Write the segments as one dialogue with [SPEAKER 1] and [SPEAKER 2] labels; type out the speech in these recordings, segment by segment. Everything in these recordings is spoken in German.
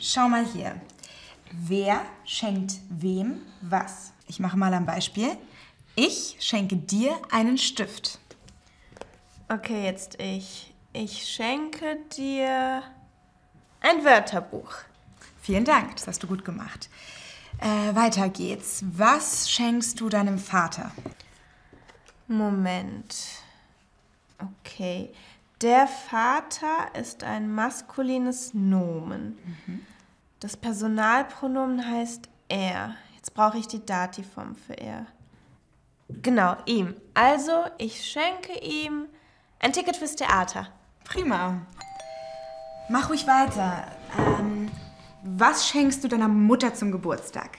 [SPEAKER 1] Schau mal hier. Wer schenkt wem was? Ich mache mal ein Beispiel. Ich schenke dir einen Stift.
[SPEAKER 2] Okay, jetzt ich. Ich schenke dir ein Wörterbuch.
[SPEAKER 1] Vielen Dank, das hast du gut gemacht. Äh, weiter geht's. Was schenkst du deinem Vater?
[SPEAKER 2] Moment. Okay. Der Vater ist ein maskulines Nomen. Das Personalpronomen heißt er. Jetzt brauche ich die Dativform für er. Genau, ihm. Also, ich schenke ihm ein Ticket fürs Theater.
[SPEAKER 1] Prima. Mach ruhig weiter. Ähm, was schenkst du deiner Mutter zum Geburtstag?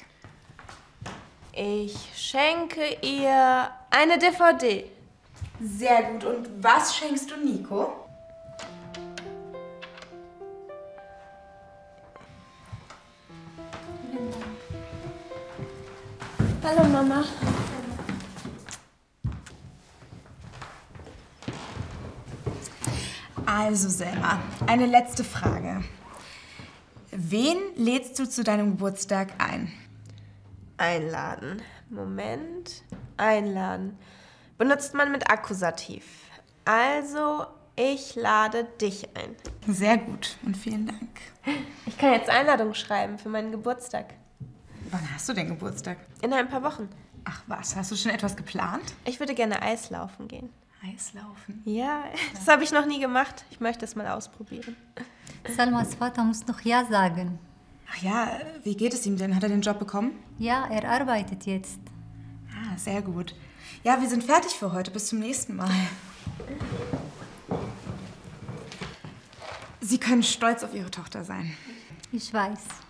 [SPEAKER 2] Ich schenke ihr eine DVD.
[SPEAKER 1] Sehr gut. Und was schenkst du Nico?
[SPEAKER 2] Hallo Mama.
[SPEAKER 1] Also Selma, eine letzte Frage. Wen lädst du zu deinem Geburtstag ein?
[SPEAKER 2] Einladen. Moment. Einladen. Benutzt man mit Akkusativ. Also, ich lade dich ein.
[SPEAKER 1] Sehr gut und vielen Dank.
[SPEAKER 2] Ich kann jetzt Einladung schreiben für meinen Geburtstag.
[SPEAKER 1] Wann hast du denn Geburtstag?
[SPEAKER 2] In ein paar Wochen.
[SPEAKER 1] Ach was, hast du schon etwas geplant?
[SPEAKER 2] Ich würde gerne Eislaufen gehen.
[SPEAKER 1] Eislaufen.
[SPEAKER 2] Ja, das habe ich noch nie gemacht. Ich möchte es mal ausprobieren.
[SPEAKER 3] Salmas Vater muss noch Ja sagen.
[SPEAKER 1] Ach ja, wie geht es ihm denn? Hat er den Job bekommen?
[SPEAKER 3] Ja, er arbeitet jetzt.
[SPEAKER 1] Ah, sehr gut. Ja, wir sind fertig für heute. Bis zum nächsten Mal. Sie können stolz auf Ihre Tochter sein.
[SPEAKER 3] Ich weiß.